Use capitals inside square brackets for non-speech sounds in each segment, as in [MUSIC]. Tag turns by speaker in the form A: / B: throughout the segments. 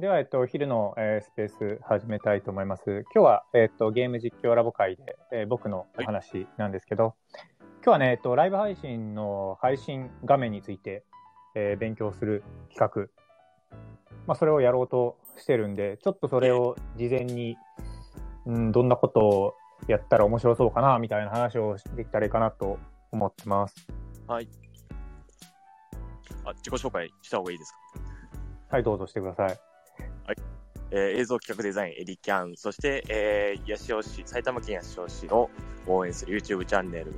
A: では、えっと、お昼の、えースペース始めたいと思います。今日は、えっと、ゲーム実況ラボ会で、えー僕のお話なんですけど、今日はね、えっと、ライブ配信の配信画面について、えー勉強する企画、まあ、それをやろうとしてるんで、ちょっとそれを事前に、うん、どんなことをやったら面白そうかな、みたいな話をできたらいいかなと思ってます。
B: はい。あ、自己紹介した方がいいですか
A: はい、どうぞしてください。
B: えー映像企画デザインエリキャン、そして、えー、八潮市、埼玉県八潮市を応援する YouTube チャンネル、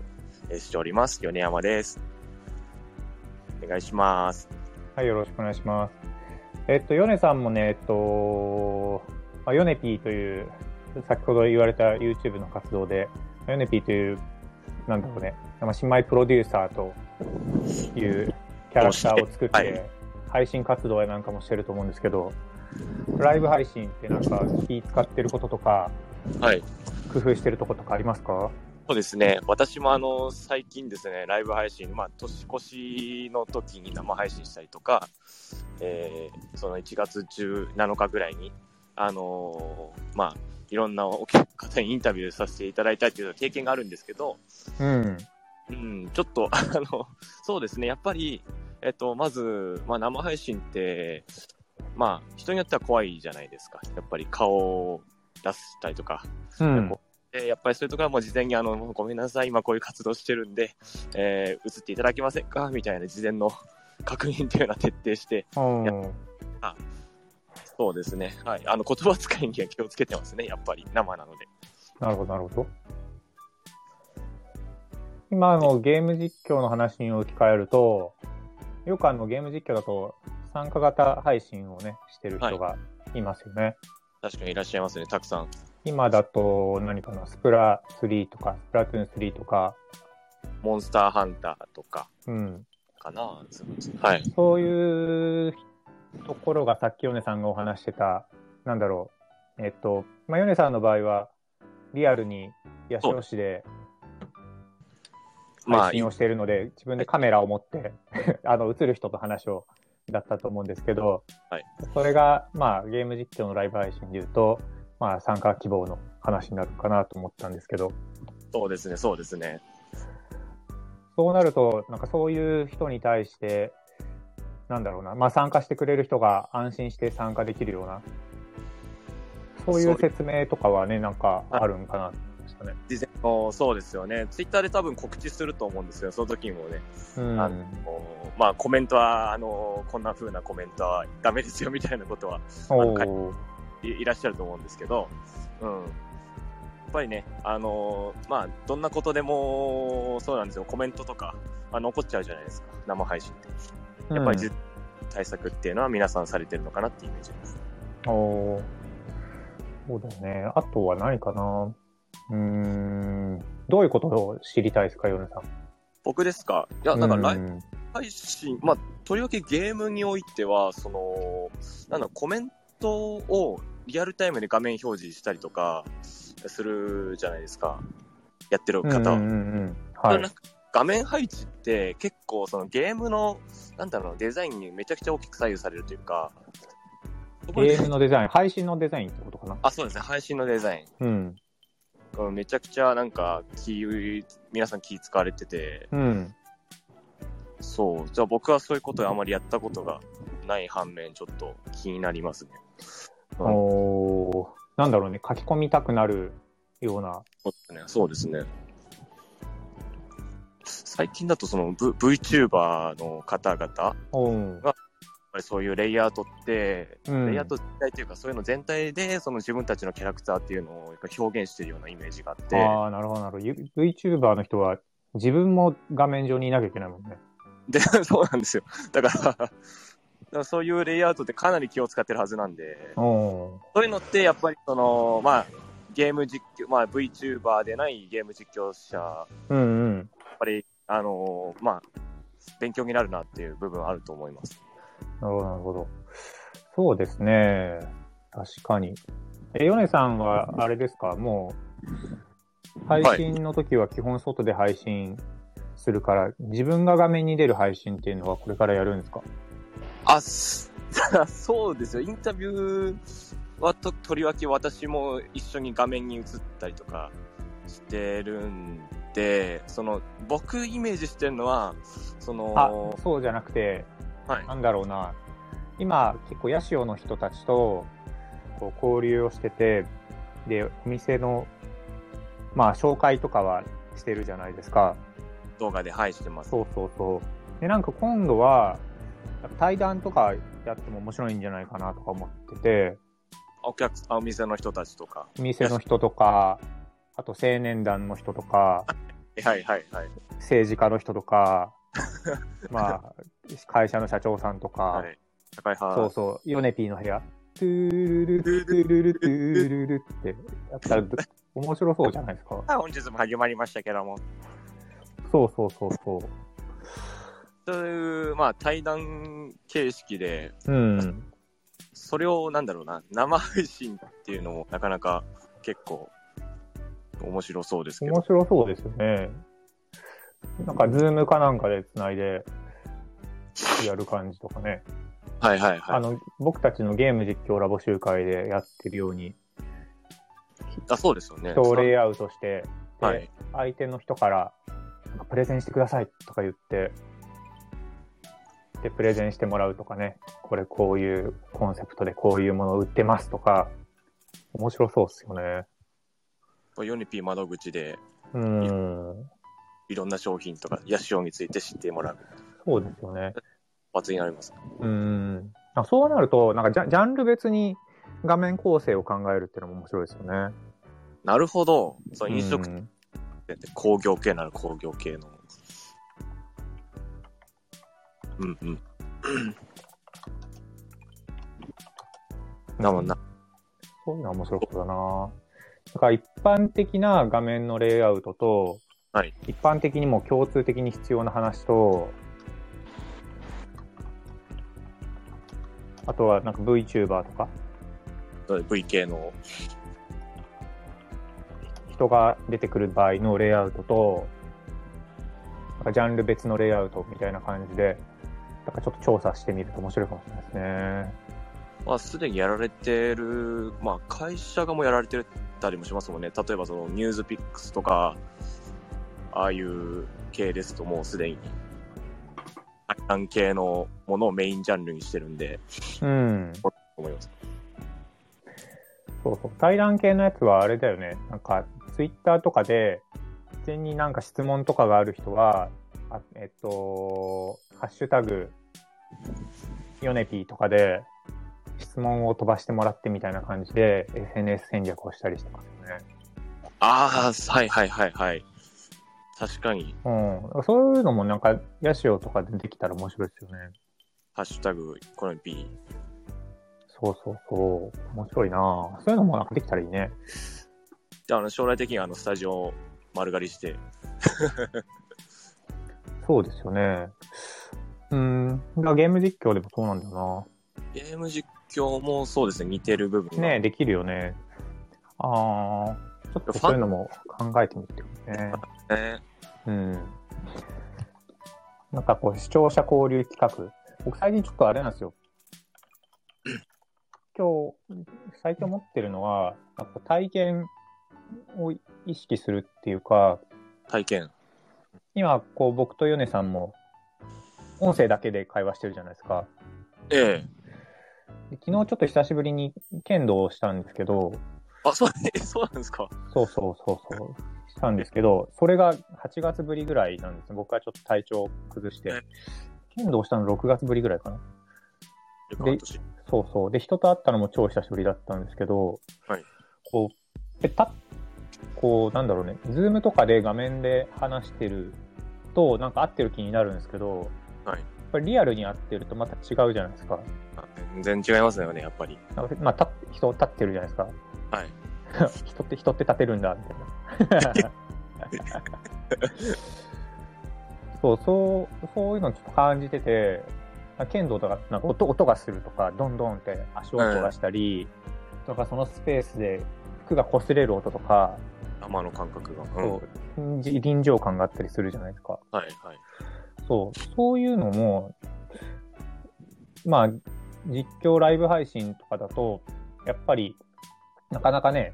B: えーしております。米山です。お願いします。
A: はい、よろしくお願いします。えっと、ヨネさんもね、えっと、まあ、ヨネピーという、先ほど言われた YouTube の活動で、ヨネピーという、なんだろうね、まあ、姉妹プロデューサーというキャラクターを作っ
B: はい
A: て、配信活動やなんかもしてると思うんですけど、ライブ配信ってなんか気使ってることとか、
B: はい。
A: 工夫してるとことかありますか
B: そうですね。私もあの、最近ですね、ライブ配信、まあ、年越しの時に生配信したりとか、えーその1月17日ぐらいに、あのーまあ、いろんなお客方にインタビューさせていただいたっていう経験があるんですけど、
A: うん。
B: うん、ちょっと、 [LAUGHS] あの、そうですね、やっぱり、えっと、まず、まあ、生配信って、まあ、人によっては怖いじゃないですか。やっぱり顔を出したりとか。
A: うん。
B: で、やっぱりそういうところはもう事前に、あの、ごめんなさい、今こういう活動してるんで、えー映っていただけませんかみたいな事前の [LAUGHS] 確認というのは徹底して、
A: うん
B: そうですね。はい。あの、言葉遣いには気をつけてますね、やっぱり、生なので。
A: なるほど、なるほど。今あのゲーム実況の話に置き換えると、よくあのゲーム実況だと参加型配信をね、してる人がいますよね。
B: 確かにいらっしゃいますね、たくさん。
A: 今だと何かな、スプラ3とか、スプラトゥーン3とか、
B: モンスターハンターとか、
A: うん、
B: かな。そうですはい。
A: そういうところがさっきヨネさんがお話してた、なんだろう、えっと、まあ、ヨネさんの場合は、リアルに八代市で
B: ま
A: 配
B: あ、い
A: 信をしているので、自分でカメラを持って、 [LAUGHS] あの映る人と話をだったと思うんですけど、
B: はい
A: それが、まあ、ゲーム実況のライブ配信でいうと、まあ、参加希望の話になるかなと思ったんですけど
B: そうですね、そうですね。
A: そうなるとなんかそういう人に対してなんだろうな、まあ、参加してくれる人が安心して参加できるようなそういう説明とかはねなんかあるんかなと思いましたね。
B: 事前のそうですよね、ツイッターで多分告知すると思うんですよ、その時にもね、
A: うん
B: あのまあ、コメントはあの、こんな風なコメントはダメですよみたいなことは
A: お
B: あ
A: ー
B: いいらっしゃると思うんですけど、うん、やっぱりね、あのまあ、どんなことでもそうなんですよ、コメントとか、まあ、残っちゃうじゃないですか、生配信って。やっぱり、じ対策っていうのは皆さんされてるのかなっていうイメージです。
A: おーそうだよね。あとは何かなうーん。どういうことを知りたいですか、ヨネさん。
B: 僕ですかいや、だからライ
A: うん
B: 配信、まあ、とりわけゲームにおいては、その、なんだろうコメントをリアルタイムで画面表示したりとかするじゃないですか。やってる方は。
A: うんうんうんうんは
B: なん
A: い。
B: か画面配置って結構そのゲームの、なんだろうな、デザインにめちゃくちゃ大きく左右されるというか、そこで
A: ゲームのデザイン、配信のデザインってことかな。
B: あ、そうですね、配信のデザイン。
A: うん。
B: うんめちゃくちゃなんか気、皆さん気使われてて、
A: うん。
B: そう。じゃあ僕はそういうことをあまりやったことがない反面、ちょっと気になりますね。うん
A: おーなんだろうね、書き込みたくなるような。
B: そうですね。そうですね。最近だとその v VTuber の方々、やっ
A: うん。
B: ぱりそういうレイアウトって、
A: うん
B: レイアウト全体というかそういうの全体でその自分たちのキャラクターっていうのをやっぱ表現してるようなイメージがあって、
A: ああ、なるほど、なるほど。ゆ VTuber の人は、自分も画面上にいなきゃいけないもんね。
B: で、 [LAUGHS] そうなんですよ。だから、だからそういうレイアウトってかなり気を使ってるはずなんで、
A: おー
B: そういうのって、やっぱりその、まあ、ゲーム実況、まあ、VTuber でないゲーム実況者、や
A: うんうん。
B: っぱり、あのーまあ、勉強になるなっていう部分あると思います。
A: なるほど、なるほど。そうですね。確かに。え、ヨネさんは、あれですか、もう、配信の時は基本外で配信するから、自分が画面に出る配信っていうのはこれからやるんですか
B: あ、す [LAUGHS] ただ、そうですよ、インタビューはととりわけ私も一緒に画面に映ったりとかしてるんで、その僕イメージしてるのは、そ
A: あ
B: の、
A: そうじゃなくて、
B: はい
A: なんだろうな今結構八潮の人たちとこう交流をしててでお店のまあ紹介とかはしてるじゃないですか
B: 動画で配してます。
A: そうそうそうでなんか今度は対談とかやっても面白いんじゃないかなとか思ってて
B: お客さん、お店の人たちとか。
A: お店の人とかあと青年団の人とか
B: はいはいはい。
A: 政治家の人と
B: [LAUGHS]
A: かまあ会社の社長さんとか、
B: はい、社会派。
A: そうそう、ヨネピーの部屋。トゥルルトゥルルトゥルルってやったらど面白そうじゃないですか。
B: さあ本日も始まりましたけども、
A: そうそうそうそ
B: そういう、まあ、対談形式で、
A: う。うん。
B: それを、なんだろうな、生配信っていうのも、なかなか結構、面白そうですけ
A: 面
B: ど、
A: 白そうですよね。なんか、ズームかなんかでつないでやる感じとかね。
B: はいはいはい。
A: あの、僕たちのゲーム実況ラボ集会でやってるように、
B: あそうですよね。
A: 人をレイアウトして、で
B: はい。
A: 相手の人から、なんかプレゼンしてくださいとか言って、で、プレゼンしてもらうとかね、これこういうコンセプトでこういうものを売ってますとか、面白そうっすよね。
B: ヨネピー窓口で、
A: うん。
B: いろんな商品とか、ヤシオについて知ってもらう。
A: そうですよね。
B: 罰になります。
A: うん。あそうなると、なんかジャジャンル別に画面構成を考えるっていうのも面白いですよね。
B: なるほど。そう、飲食
A: う
B: 店
A: ん
B: って工業系なら工業系の。うんうん。だもんな。
A: そういうのは面白そうだな。だから一般的な画面のレイアウトと、
B: はい
A: 一般的にも共通的に必要な話と、あとはなんか VTuber とか、
B: V 系の。
A: 人が出てくる場合のレイアウトと、なんかジャンル別のレイアウトみたいな感じで、なんかちょっと調査してみると面白いかもしれないですね。
B: まあ、すでにやられてる、まあ、会社がもうやられてたりもしますもんね。例えば、その、ニュースピックスとか、ああいう系ですと、もうすでに、対談系のものをメインジャンルにしてるんで、
A: うん。
B: 思います。
A: そうそう。対談系のやつはあれだよね。なんか、ツイッターとかで、事前になんか質問とかがある人は、あえっと、ハッシュタグ、ヨネピーとかで、質問を飛ばしてもらってみたいな感じで、SNS 戦略をしたりしてますよね。
B: ああ、はいはいはいはい。確かに、
A: うん。そういうのもなんか、ヤシオとかでできたら面白いですよね。
B: ハッシュタグ、この B。
A: そうそうそう。面白いなぁそういうのもなんかできたらいいね。
B: であの将来的にはあのスタジオを丸刈りして、
A: そうですよね。うん。だからゲーム実況でもそうなんだよな
B: ゲーム実況もそうですね、似てる部分が
A: ねできるよね。ああ、ちょっとそういうのも考えてみてもね。
B: ね
A: うん。なんかこう、視聴者交流企画。僕最近ちょっとあれなんですよ。今日、最近思ってるのは、なんか体験を意識するっていうか、
B: 体験。
A: 今、こう、僕とヨネさんも、音声だけで会話してるじゃないですか。
B: ええ。
A: で昨日ちょっと久しぶりに剣道をしたんですけど、
B: あ、そう、えそうなんですか。
A: そうそうそうそう。したんですけど、それが8月ぶりぐらいなんですね。僕はちょっと体調を崩して
B: はい。
A: 剣道したの6月ぶりぐらいかな。
B: 半年
A: そうそう。で、人と会ったのも超久しぶりだったんですけど、
B: はい
A: こう、ペタッ、こう、なんだろうね、ズームとかで画面で話してると、なんか合ってる気になるんですけど、
B: はい
A: やっぱりリアルに合ってるとまた違うじゃないですか。
B: あ全然違いますよね、やっぱり。
A: なんかまあ、立っ人立ってるじゃないですか。
B: はい。
A: [LAUGHS] 人って人って立てるんだみたい
B: [LAUGHS]
A: な。そうそうそういうのちょっと感じてて剣道とかなんか音音がするとかどんどんって足音がしたり、とかそのスペースで服が擦れる音とか、
B: 生の感覚が。うん
A: そう臨臨場感があったりするじゃないですか。
B: はいはい。
A: そうそういうのもまあ実況ライブ配信とかだと、やっぱりなかなかね、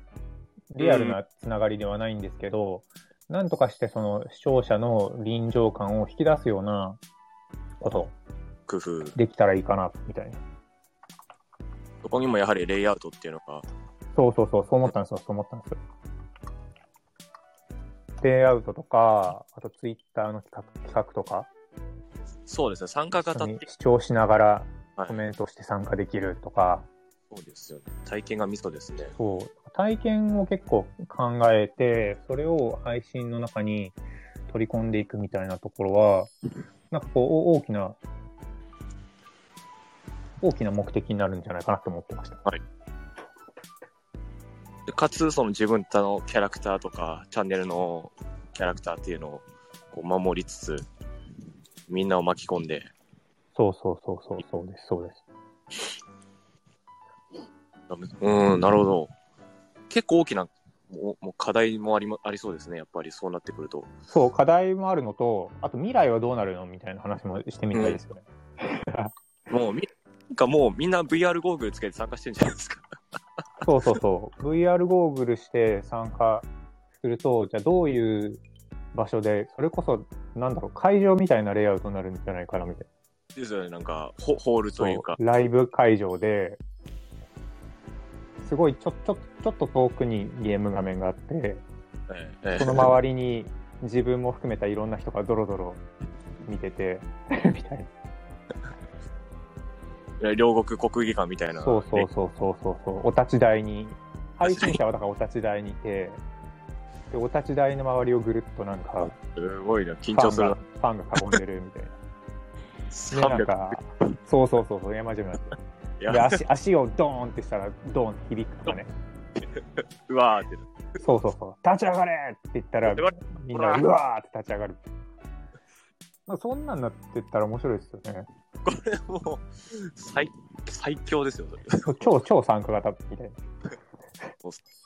A: リアルなつながりではないんですけど、なんとかしてその視聴者の臨場感を引き出すようなこと
B: 工夫。
A: できたらいいかな、みたいな。
B: そこにもやはりレイアウトっていうのが、
A: そうそうそう、そう思ったんですよ、そう思ったんですよ。レイアウトとか、あとツイッターの企画企画とか、
B: そうですね、参加型
A: 一緒
B: っ
A: に
B: て、
A: 視聴しながら
B: はい
A: コメントして参加できるとか、
B: そうですよね。体験がミソですね。
A: そう、体験を結構考えて、それを配信の中に取り込んでいくみたいなところは、なんかこう、お大きな、大きな目的になるんじゃないかなと思ってました。
B: でかつ、その自分たのキャラクターとか、チャンネルのキャラクターっていうのをこう守りつつ、みんなを巻き込んで、
A: そうそうそうそう、そうです、そうです。
B: うん、なるほど。結構大きなももう課題もありまありそうですね、やっぱりそうなってくると。
A: そう、課題もあるのと、あと未来はどうなるのみたいな話もしてみたいですよね。
B: もうみ、なんかもうみんな VR ゴーグルつけて参加してるんじゃないですか。
A: そうそうそう。VR ゴーグルして参加すると、じゃあどういう場所で、それこそ、なんだろう、会場みたいなレイアウトになるんじゃないかな、みたい
B: ですよね、なんかホホール
A: な。
B: というか。
A: ライブ会場で、すごいちょ、ちょ、ちょっと遠くにゲーム画面があ
B: [LAUGHS]
A: って、
B: ええええ
A: その周りに自分も含めたいろんな人がドロドロ見て
B: [LAUGHS]
A: て、みたい
B: 両国国技館みたい
A: な。
B: な。
A: そうそう
B: ね
A: そうそうそうそう。お立ち台に、配信者はだからお立ち台にいて、でお立ち台の周りをぐるっとなんか、
B: すごいな、緊張するな。
A: ファンがファンがかごんでるみたいな。で、な
B: [LAUGHS]
A: ん
B: 300。
A: か、そうそうそうそう、山城なんです
B: い
A: よ。
B: や
A: で、
B: [LAUGHS]
A: 足、足をドーンってしたら、ドーンって響くとかね。
B: うわーって。
A: そうそうそう、立ち上がれって言ったら、みんな、うわーって立ち上がる。なんかそんなんなってったら面白いですよね。 [LAUGHS]
B: もう最、最強ですよ、それ。
A: 超、超参加型みたいな。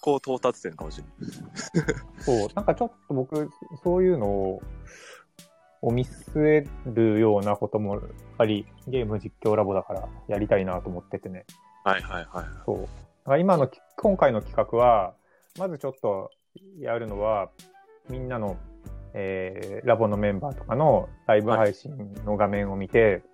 B: 高到達点かもしれない。
A: そう、なんかちょっと僕、そういうのを、を見据えるようなことも、やっぱりゲーム実況ラボだからやりたいなと思っててね。
B: はいはいはい。
A: そう。だから今のき、今回の企画は、まずちょっとやるのは、みんなの、えーラボのメンバーとかのライブ配信の画面を見て、えー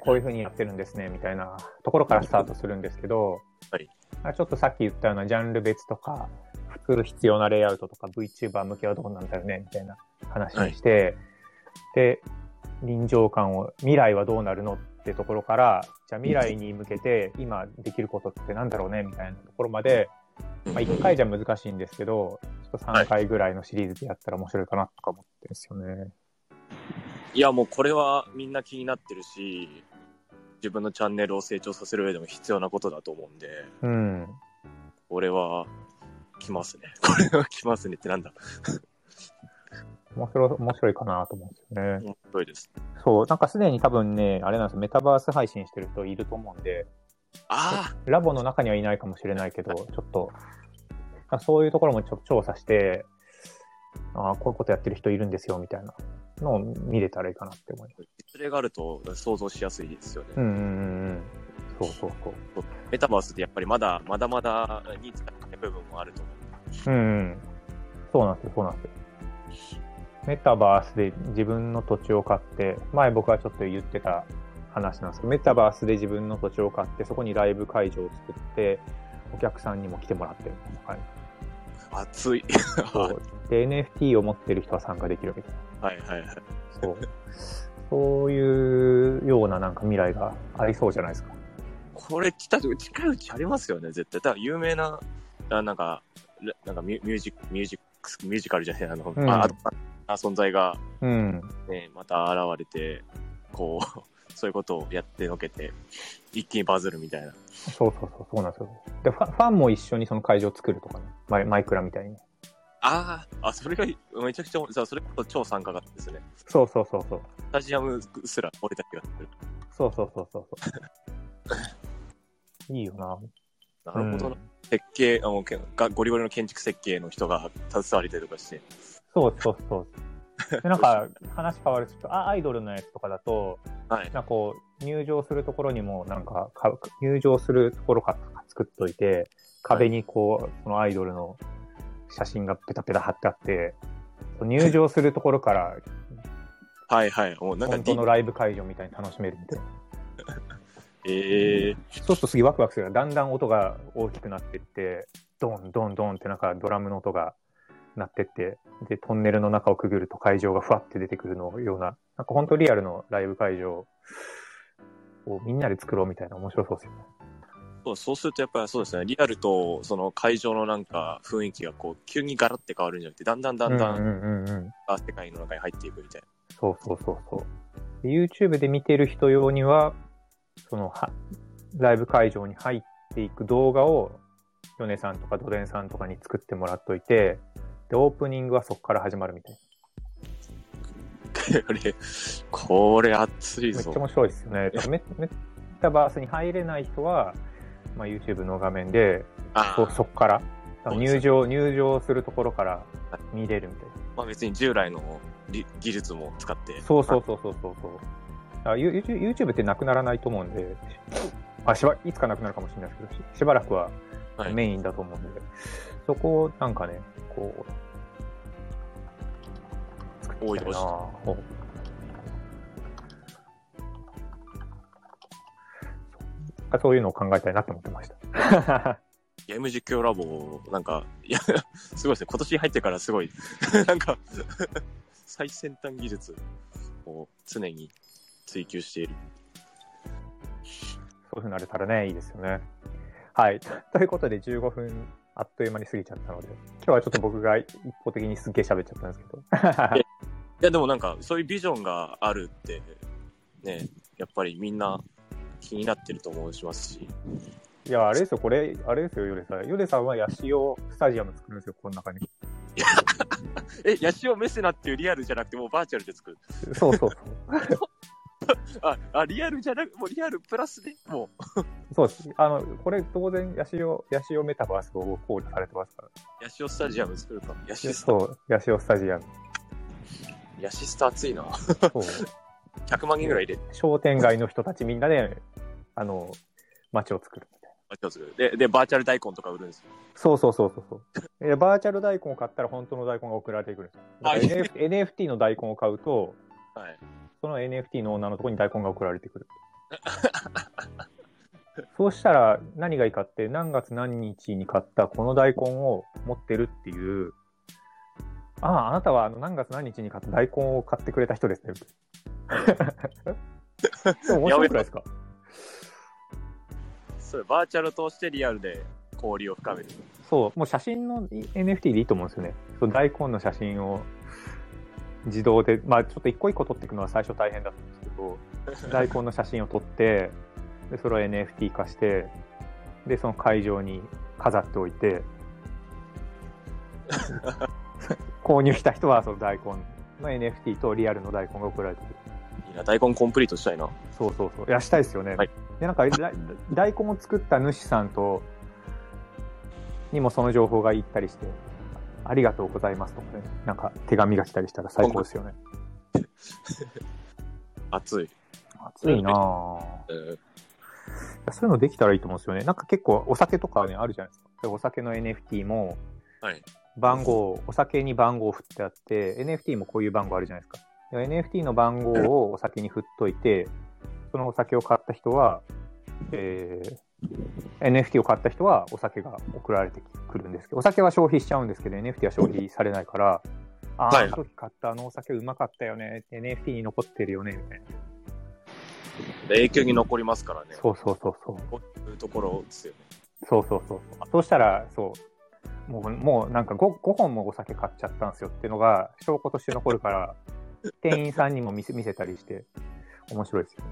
A: こういうふうにやってるんですね、みたいなところからスタートするんですけど、
B: はい
A: あちょっとさっき言ったようなジャンル別とか、作る必要なレイアウトとか VTuber 向けはどうなんだよね、みたいな話にして、で、臨場感を未来はどうなるのってところからじゃあ未来に向けて今できることってなんだろうねみたいなところまで、まあ、1回じゃ難しいんですけどちょっと3回ぐらいのシリーズでやったら面白いかなとか思ってるんですよね。
B: いや、もうこれはみんな気になってるし、自分のチャンネルを成長させる上でも必要なことだと思うんで、
A: うん、
B: 俺は来ますね。 [LAUGHS] これは来ますねってなんだ。
A: 面白い面白いかなと思うんですよね。
B: 面白いです。
A: そうなんかすでに多分ねあれなんですよメタバース配信してる人いると思うんで
B: あ
A: ラボの中にはいないかもしれないけどちょっとあそういうところもちょ調査してあーこういうことやってる人いるんですよみたいなのを見れたらいいかなって思います
B: あ、実例があると想像しやすいですよね。
A: うんうんうんうん。そうそうそう。
B: メタバースってやっぱりまだまだまだニーズが高い部分もあると思
A: うん、うん。そうなんですよ、そうなんですよ。メタバースで自分の土地を買って、前僕がちょっと言ってた話なんですけど、メタバースで自分の土地を買って、そこにライブ会場を作って、お客さんにも来てもらってるみたいな感
B: う。熱い。
A: じ。そう。で、NFT を持ってる人は参加できるみたいな。
B: はいはいはい。
A: そう。そういうようななんか未来がありそうじゃないですか。
B: これ来たと近いうちありますよね、絶対。だから有名な、あなんか、レなんかミュミュージック、ミュージック、ミュージカルじゃない、あの、
A: うん
B: あああ存在が、
A: うん。
B: ね、また現れて、こう、 [LAUGHS] そういうことをやってのけて、一気にバズるみたいな。
A: そうそうそう、そうなんですよ。で、ファファンも一緒にその会場を作るとかね。マイマイクラみたいに。
B: あーあ、それがめちゃくちゃ、さそれこそ超参加型ですね。
A: そうそうそうそう。
B: スタジアムすら俺たちが作る。
A: そうそうそうそう [LAUGHS] そう。いいよな。
B: なるほどな。
A: うん
B: 設計あのけが、ゴリゴリの建築設計の人が携わりたりとかして。
A: そうそうそう。で、なんか、話変わるんですけど、あアイドルのやつとかだと、
B: はい。
A: なんかこ入場するところにも、なんかか、入場するところから作っといて、壁にこう、そのアイドルの写真がペタペタ貼ってあって、その入場するところから、
B: はいはい。もう [LAUGHS] なんか
A: 本当
B: デ
A: の
B: ィ、
A: ライブ会場みたいに楽しめるみたいな。
B: えー、
A: ちょっと次ワクワクするだんだん音が大きくなってってドンドンドンってなんかドラムの音が鳴ってってでトンネルの中をくぐると会場がふわって出てくるのようななんか本当リアルのライブ会場をみんなで作ろうみたいな面白そうですよね。
B: そうそうするとやっぱりそうですね、リアルとその会場のなんか雰囲気がこう急にガラッて変わるんじゃなくて、だんだんだんだ
A: うんんうんうんうん、
B: 世界の中に入っていくみたいな。 [LAUGHS]
A: そうそうそうそう。で YouTube で見てる人用にはそのはライブ会場に入っていく動画を米さんとかドデンさんとかに作ってもらっといてでオープニングはそこから始まるみたいな。
B: これ、これ熱い
A: めっちゃ
B: ぞ。
A: 面白いですよね。メメタバースに入れない人は、まあ、YouTube の画面で
B: あ
A: そ
B: ー
A: そこから
B: そうです
A: 入
B: ね
A: 場入場するところから見れるみたい
B: まあ別に従来のり技術も使って。
A: な。そうそうそうそうそうそう。あ You- YouTube, YouTube ってなくならないと思うんで、あしばいつかなくなるかもしれないですけど、ししばらくは
B: はい
A: メインだと思うんで、そこをなんかね、こう、作っていきたいなおあそういうのを考えたいなと思ってました。
B: ゲーム実況ラボ、なんか、いや、 [LAUGHS] すごいですね。今年入ってからすごい、 [LAUGHS] なんか、最先端技術を常に追求している。
A: そういうふうになれたらね、いいですよね。はい。ということで、15分、あっという間に過ぎちゃったので、今日はちょっと僕が一方的にすっげえ喋っちゃったんですけど。 [LAUGHS]
B: いや、でもなんか、そういうビジョンがあるって、ね、やっぱりみんな気になってると思うしますし、
A: いや、あれですよ、これ、あれですよ、ヨレさん。ヨレさんはヤシオスタジアム作るんですよ、この中に。
B: え、ヤシオメセナっていうリアルじゃなくて、もうバーチャルで作る。
A: そうそうそう。
B: あ、あリアルじゃなく、もうリアルプラスで、も
A: [LAUGHS] そうです。あの、これ、当然、ヤシオ、ヤシオメタバースを考慮されてますから。
B: う、ヤシオスタジアム作るか。ヤシスタ、
A: そう、ヤシオスタジアム。
B: ヤシスタ熱いな。
A: そう。
B: 100万人ぐらい入れて、
A: 商店街の人たちみんなで、あの、街を作るみたいな。
B: バーチャル作る。で、で、バーチャル大根とか売るんですよ。
A: そうそうそうそうそう。いや、バーチャル大根を買ったら本当の大根が送られてくるんですよ。だから
B: はい
A: NF NFT の大根を買うと、
B: はい。
A: その NFT の女のところに大根が送られてくる。そうしたら何がいいかって何月何日に買ったこの大根を持ってるっていうあああなたはあの何月何日に買った大根を買ってくれた人ですね。 [LAUGHS] でも面白くないですか
B: そう、バーチャルを通してリアルで交流を深める。
A: そう、もう写真の NFT でいいと思うんですよね。そう大根の写真を自動で、まあちょっと一個一個撮っていくのは最初大変だったんですけど、大根の写真を撮って、でそれを NFT 化して、で、その会場に飾っておいて、購入した人はその大根の NFT とリアルの大根が送られてくる。
B: いいな、大根コンプリートしたいな。
A: そうそうそう。いや、したいですよね。
B: はい
A: で、なんか、だ大根を作った主さんと、にもその情報が行ったりして、ありがとうございますとかね、なんか手紙が来たりしたら最高ですよね。
B: 熱い。
A: 熱いなぁ。い
B: うん
A: やそういうのできたらいいと思うんですよね。なんか結構お酒とかね、あるじゃないですか。でお酒の NFT も、
B: はい。
A: 番号、お酒に番号を振ってあって、NFT もこういう番号あるじゃないですか。で NFT の番号をお酒に振っといて、そのお酒を買った人は、えー NFT を買った人はお酒が送られてくるんですけど、お酒は消費しちゃうんですけど、NFT は消費されないから、あ
B: は
A: ー、
B: い
A: あの時買ったあのお酒うまかったよね、NFT に残ってるよね、みたいな。
B: で永久に残りますからね。
A: そうそうそうそう。
B: こういうところですよね。
A: そうそうそう。そうしたら、そう、もうもうなんか 5, 5本もお酒買っちゃったんですよっていうのが証拠として残るから、店員さんにも見せ見せたりして、面白いですよね。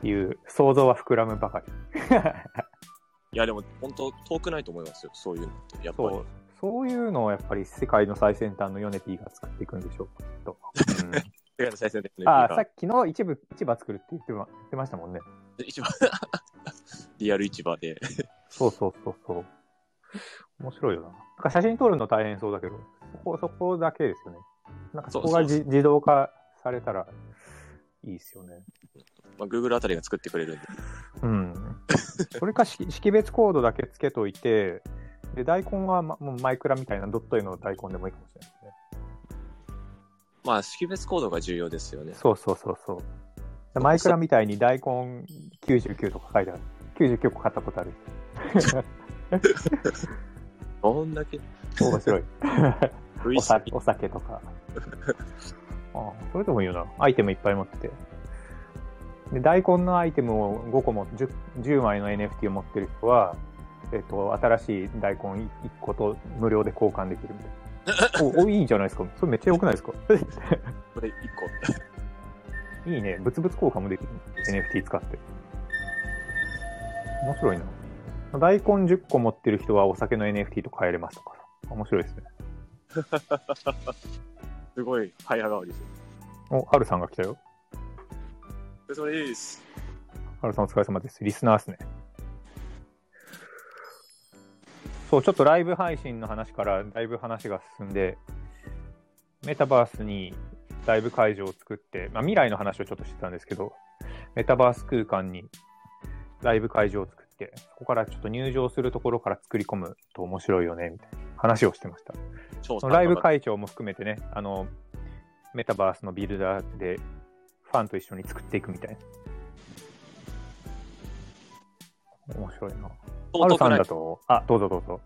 A: っていう、想像は膨らむばかり。
B: いや、でも本当遠くないと思いますよ。そういうのって。やっぱ
A: そう
B: り。、
A: そういうのをやっぱり世界の最先端のヨネピーが作っていくんでしょう、きっと。
B: 世界の最先端
A: う
B: の
A: ん、あ
B: [LAUGHS]
A: あ、
B: 駅
A: さ
B: が
A: っきの一部、市場作るって言ってま言ってましたもんね。
B: 市場 [LAUGHS] リアル市場で。
A: そうそうそうそう。面白いよな。なんか写真撮るの大変そうだけど、そこ、そこだけですよね。なんかそこが
B: そうそう
A: じ自動化されたらいいですよね。
B: まあ、Google あたりが作ってくれるんで。
A: うん。それか識識別コードだけつけといて、で大根は、ま、もうマイクラみたいなドット絵の大根でもいいかもしれないですね。
B: まあ、識別コードが重要ですよね。
A: そうそうそうそう。マイクラみたいに大根99とか書いてある。99個買ったことある。
B: どんだけ
A: 面白い。お
B: V サ
A: 酒お酒とか。 [LAUGHS] ああそれでもいいよな。アイテムいっぱい持ってて。で大根のアイテムを5個も 10, 10枚の NFT を持ってる人は、えっと、新しい大根1個と無料で交換できるみたいな。おおいいんじゃないですか。それめっちゃ良くないですか。 [LAUGHS]
B: これ1個。
A: いいね。物々交換もできる。NFT 使って。面白いな。大根10個持ってる人はお酒の NFT と変えれますとか。面白いですね。
B: すごい早変わりです
A: お、ハルさんが来たよ。
B: る。それいいです。
A: ハルさんお疲れ様です。リスナーですね。そう、ちょっとライブ配信の話からだいぶ話が進んで、メタバースにライブ会場を作って、まあ、未来の話をちょっとしてたんですけど、メタバース空間にライブ会場を作って、そこからちょっと入場するところから作り込むと面白いよね、みたいな話をしてました。
B: 超
A: そのライブ会場も含めてね、あの、メタバースのビルダーでファンと一緒に作っていくみたいな。面白いな。ア
B: 相
A: ルさ
B: 当
A: ん
B: な
A: だと、あ、どうぞどうぞ。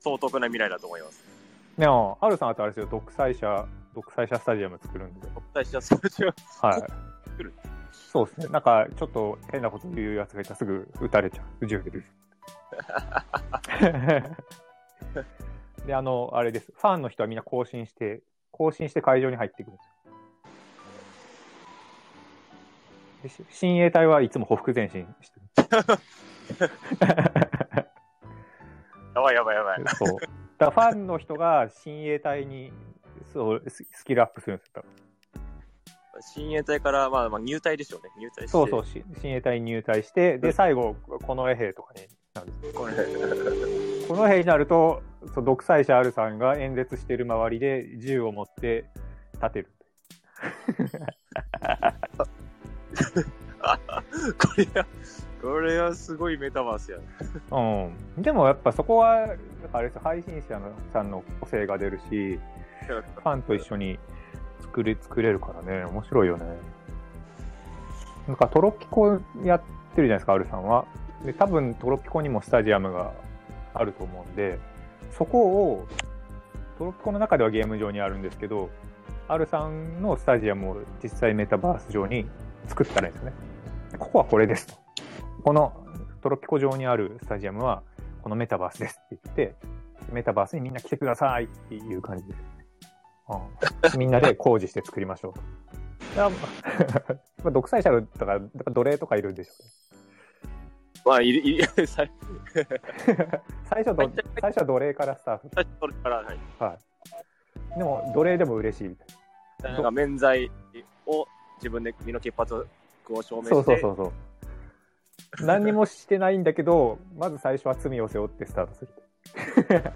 B: 相当な未来だと思います。
A: でも、アルさんだとあれですよ、独裁者、独裁者スタジアム作るんで。
B: 僕たちはそれ違う。
A: はい
B: 作る。
A: そうですね。なんか、ちょっと変なこと言うやつがいたらすぐ撃たれちゃう。銃で撃つで、あの、あれです。ファンの人はみんな更新して、更新して会場に入っていくんですよ。でし親衛隊はいつもほふ前進してる。
B: やばいやばいやばい。
A: そう。だからファンの人が親衛隊にそうススキルアップするんですよ。多分
B: 親衛隊から、まあ、まあ入隊でしょうね。入隊して。
A: そうそう、し親衛隊に入隊して、で、最後、この衛兵とかになるんです
B: これ。
A: この兵になると、そう独裁者アルさんが演説してる周りで銃を持って立てる。
B: これは、これはすごいメタバース
A: [LAUGHS]
B: やね。
A: うん。でもやっぱそこは、なんかあれですよ配信者のさんの個性が出るし、ファンと一緒に作れ作れるからね、面白いよね。なんかトロピコやってるじゃないですか、アルさんは。で、多分トロピコにもスタジアムがあると思うんで、そこを、トロピコの中ではゲーム上にあるんですけど、アルさんのスタジアムを実際メタバース上に作ったらいいんですよね。ここはこれですと。このトロピコ上にあるスタジアムは、このメタバースですって言って、メタバースにみんな来てくださいっていう感じです。うんみんなで工事して作りましょうと。 [LAUGHS] だからまあ独裁者だから、やっぱ奴隷とかいるんでしょ
B: まあ、いり、いり、最
A: うね。 [LAUGHS] 最初ど、最初は奴隷からスタート。
B: 初それから、はい。
A: はい。でも、奴隷でも嬉しいみたい
B: なんか免罪を自分で身の潔白を証明し
A: な。
B: て。
A: そうそうそうそう。何にもしてないんだけど、まず最初は罪を背負ってスタートする。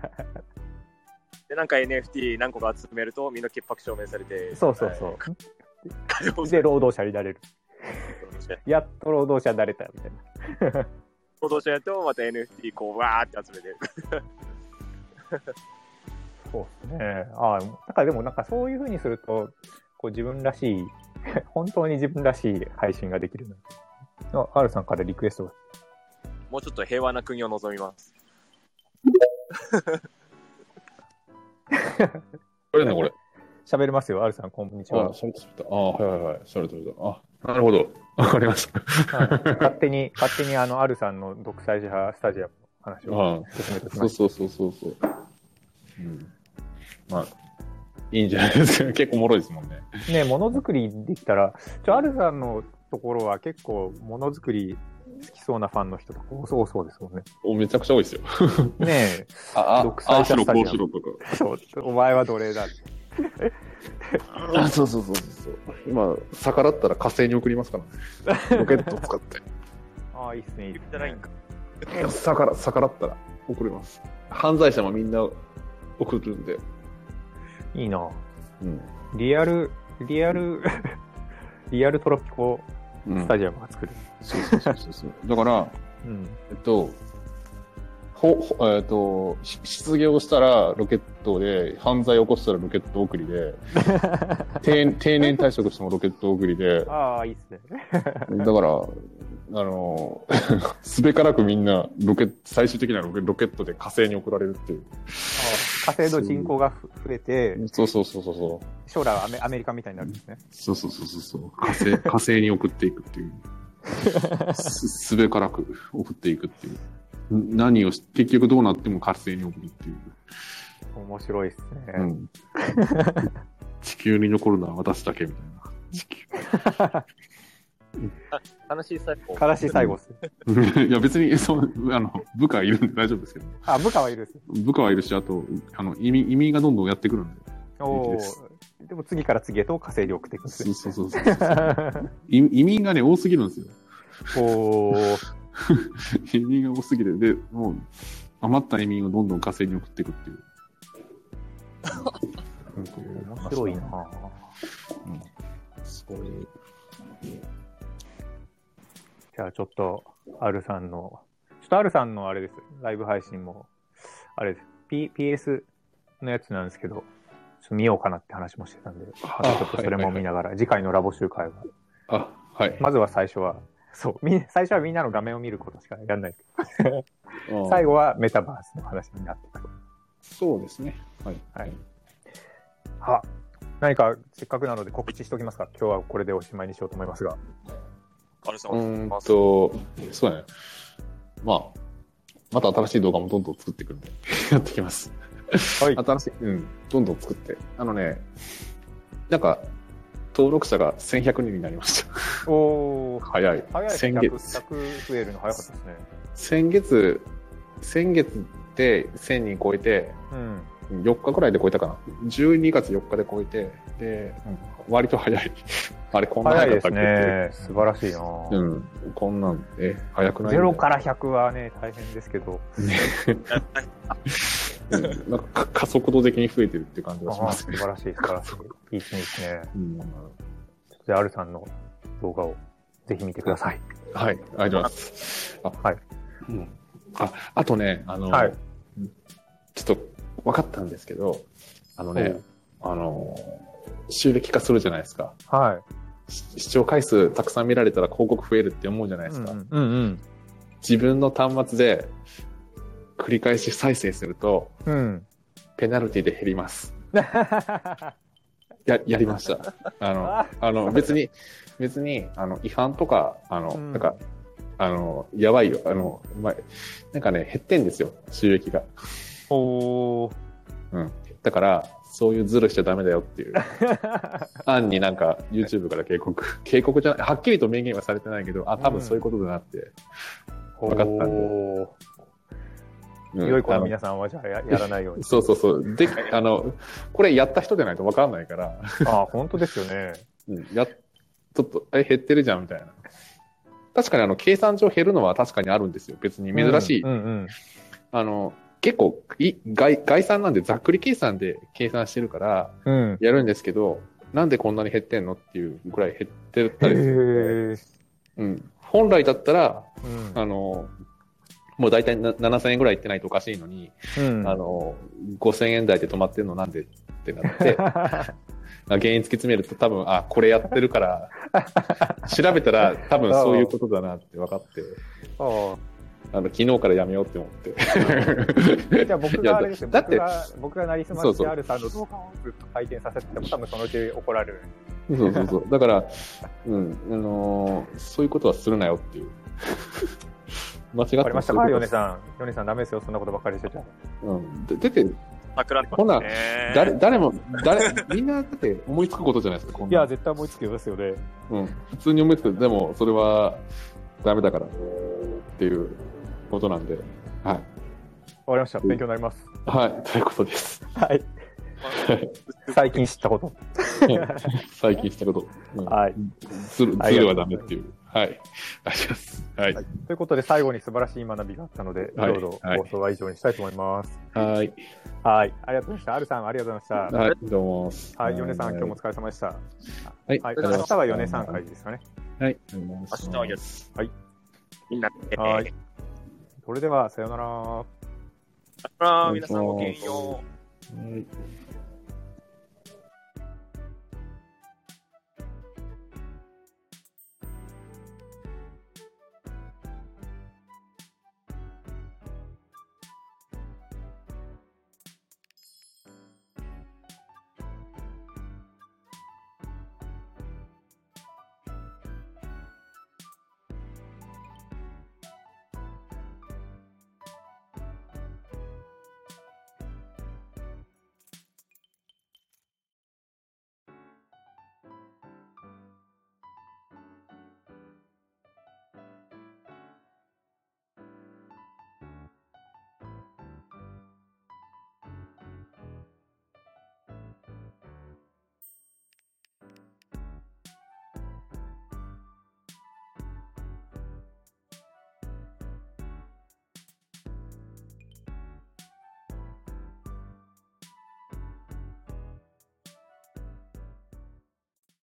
B: で、なんか NFT 何個か集めると身の潔白証明されて。。
A: そうそうそうう。
B: 解放さ
A: で、
B: れる
A: 労働者になれる。やっと労働者になれたみたいな。
B: 労働者やと、また NFT こう、わーって集めて。
A: そうですね。ああ、なんかでもなんかそういうふうにすると、こう自分らしい、 [LAUGHS] 本当に自分らしい配信ができるの。あ、R さんからリクエストが。
B: もうちょっと平和な国を望みます。
C: これね、これ。
A: 喋れますよ、R さん、こんにち
C: あ
A: は、。
C: それ取った。あはいはいはい。それ取れた。あ、なるほど。わかりました。
A: はい [LAUGHS] 勝手に、勝手にあの、R さんの独裁者派スタジアムの話を
C: あ
A: 進めておき
C: そ
A: ま
C: う
A: す。
C: そうそうそうそう。うん。まあ、いいんじゃないですか。 [LAUGHS] 結構おもろいですもんね。
A: ね、ものづくりできたら、ちょ、R さんのところは結構、ものづくり好きそうなファンの人とか多そうですもんね。
C: おめちゃくちゃ多いですよ。
A: ね
C: あ、あ
A: 独裁者スタジアム
C: ああしろこうしろとか。
A: え、そう、お前は奴隷だ。
C: あ、そうそうそうそう。今、逆らったら火星に送りますからね。ロケットを使って。
A: ああ、いいっすね、いいっすね
B: じゃないんか。
C: 逆ら逆らったら送ります。犯罪者もみんな送るんで。
A: いいな。
C: うん。
A: リアル、リアル、 [LAUGHS] リアルトロピコ
C: うん
A: スタジアムが作る。
C: そうそうそうそうそう。 [LAUGHS] だから、
A: うん。
C: えっと、ほほえっと、し失業したらロケットで、犯罪起こしたらロケット送り [LAUGHS] で、定定年退職してもロケット送りで、だか
A: ああ、いいっすね。
C: ら、あの、 [LAUGHS] すべからくみんなロケ、最終的にはロケロケットで火星に送られるっていう。
A: 火星の人口がふ増えて、
C: そうそうそうそうそう。
A: 将来はアメアメリカみたいになるんですね。
C: そうそうそうそうそう火星火星に送っていくっていう [LAUGHS] すすべからく送っていくっていうん何をし結局どうなっても火星に送るっていう、
A: 面白いっすね。
C: うん、地球に残るのは私だけみたいな地
B: 悲しい最後。
A: 悲しい最後っす。
C: 球 [LAUGHS] いや別にそうあの部下いるんで大丈夫ですけど
A: あ、部下はいるっす。
C: 部下はいるしあとあの移民移民がどんどんやってくるんで
A: お
C: いい
A: お
C: で。す
A: でも次から次へと火星に送っていくんです
C: そ
A: ね。
C: うそうそうそう [LAUGHS] 移移民がね多すぎるんですよ [LAUGHS]
A: [LAUGHS] おお。
C: 移民が多すぎてでもう余った移民をどんどん火星に送っていくっていう [LAUGHS] なんか
A: 面白いな
C: そういう
A: じゃあちょっと、アルさんの、ちょっとアルさんのあれです。ライブ配信も、あれです。P、PS のやつなんですけど、ちょっと見ようかなって話もしてたんで、ちょっとそれも見ながら、次回のラボ集会は。
C: あ、はい。
A: まずは最初は、そう、み最初はみんなの画面を見ることしかやんないですけど、最
C: 最後。
A: 後はメタバースの話になっていくと。
C: そうですね。はい。
A: はい。は、何かせっかくなので告知しておきますか。今日はこれでおしまいにしようと思いますが。
B: あれさん、
C: う
B: お
C: ーん
B: 願いします
C: と、そうだね。まあ、また新しい動画もどんどん作っていくるんで、 [LAUGHS] やってきます。
A: はい。
C: 新しい、うん、どんどん作って。あのね、なんか、登録者が1100人になりました。
A: おー。
C: 早い。
A: 早いです
C: 先
A: ね。100
C: 月、
A: 100増えるの早かったですね。
C: 先月、先月で1000人超えて、
A: うん。
C: 4日くらいで超えたかな。12月4日で超えて、で、うん割と早い。 [LAUGHS] あれ、こんな
A: 早い
C: 早か
A: です
C: ったっけっていう
A: ね。素晴らしいな、
C: うん、こんなん、え、早くない
A: ゼロから100はね、大変ですけど。
C: うんなんかか加速度的に増えてるっていう感じ
A: あ
C: がし
A: ー
C: ます
A: 素
C: ね。
A: 晴らしい、素晴らしい。いいですねいいですね。
C: うん、
A: じゃあ、アルさんの動画をぜひ見てください。
C: はい、ありがとうございます。あ、
A: はい
C: うん。あ、あとね、あの、
A: はい
C: ちょっと分かったんですけど、あのね
A: お、
C: あの、収益化するじゃないですか。
A: は
C: し視聴回数たくさん見られたら広告増えるって思うじゃない
A: い。
C: ですか。
A: うんうん。
C: 自分の端末で繰り返し再生すると、
A: うん。
C: ペナルティで減ります。ややりました。あの
A: あ、
C: あの別に、別に、あの、違反とか、あの、
A: うん
C: なんか、あの、やばいよ。あの、まあ、なんかね、減ってんですよ、収益が。
A: おー。
C: うん。だから、そういうズルしちゃダメだよっ
A: [LAUGHS]
C: ていう、案になんか、YouTube から警告、警告じゃない、はっきりと明言はされてないけど、あ、多分そういうことだなって。
A: お
C: 分かったんで
A: ー
C: うん
A: 良い子
C: あ
A: の
C: の
A: 皆さんはじゃあややらないように。
C: そうそうそう。で、あの、これやった人じゃないとわかんないから、
A: ああ、本当ですよね。
C: うん、やっちょっと、あれ減ってるじゃん、みたいな。確かにあの、計算上減るのは確かにあるんですよ。別に珍しい。
A: うんうん
C: あの、結構い概、概算なんでざっくり計算で計算してるから、
A: うん。うん。
C: やるんですけど、なんでこんなに減ってんのっていうぐらい減ってたりする。
A: へー
C: うん。本来だったら、
A: うん
C: あの、もう大体な7000円ぐらいいってないとおかしいのに、
A: うん。
C: あの、5000円台で止まってんのなんでってな [LAUGHS] って、原因突き詰めると多分、あ、これやってる [LAUGHS] から、調べたら多分そういうことだなって分かって、
A: あ
C: あの、昨日からやめようって思って。
A: [LAUGHS] あじゃあ僕があれですよ。
C: いやだだって
A: 僕が、僕がなりすま
C: そう
A: し
C: そう
A: てアルさんの動画をずっと回転させてても、多分そのうち怒られる。
C: そうそうそう。だから、うん、あのーそういうことはするなよっていう。間違って
A: わ
C: も
A: かりました
C: そ
A: か、
C: ういう
A: ヨ
C: こと
A: ネさん。ヨネさん、ダメですよ。そんなことばっかりしてちゃ。
C: うん。で、だって、
B: 桜ね。
C: ほな
B: ね
C: 誰、
B: [LAUGHS]
C: 誰も、誰、みんなだって思いつくことじゃないですか、こん
A: い
C: な
A: や、
C: ん
A: 絶対思いつけますよね。
C: うん。普通に思いつく。でも、それは、ダメだから、っていうことなんで。はい。
A: わかりました。勉強になります。
C: はい、ということです。
A: はい。最近知ったこと。
C: 最近したこと。うん
A: はい。
C: ズル、ズルはダメっていう。はい。大丈夫です。はい。
A: はいということで、最後に素晴らしい学びがあったので、
C: はい
A: どうぞ
C: はい
A: 放送は以上にしたいと思います。
C: はい。
A: はい、ありがとうございました。アルさん、ありがとうございまし
C: はい、どうも。
A: た。はい、ヨネさん、今日もお
C: は
A: 疲れ様でした。
C: い、
A: はい、
B: お疲れ様
A: 明
B: で
A: 日はヨネさん会ですかね。
C: はい、お願いします
B: 明日はやる。
A: はい。
B: みんな、えー
A: はいそれでは、さようなら。
B: あー皆さんごきげんよう。
C: はい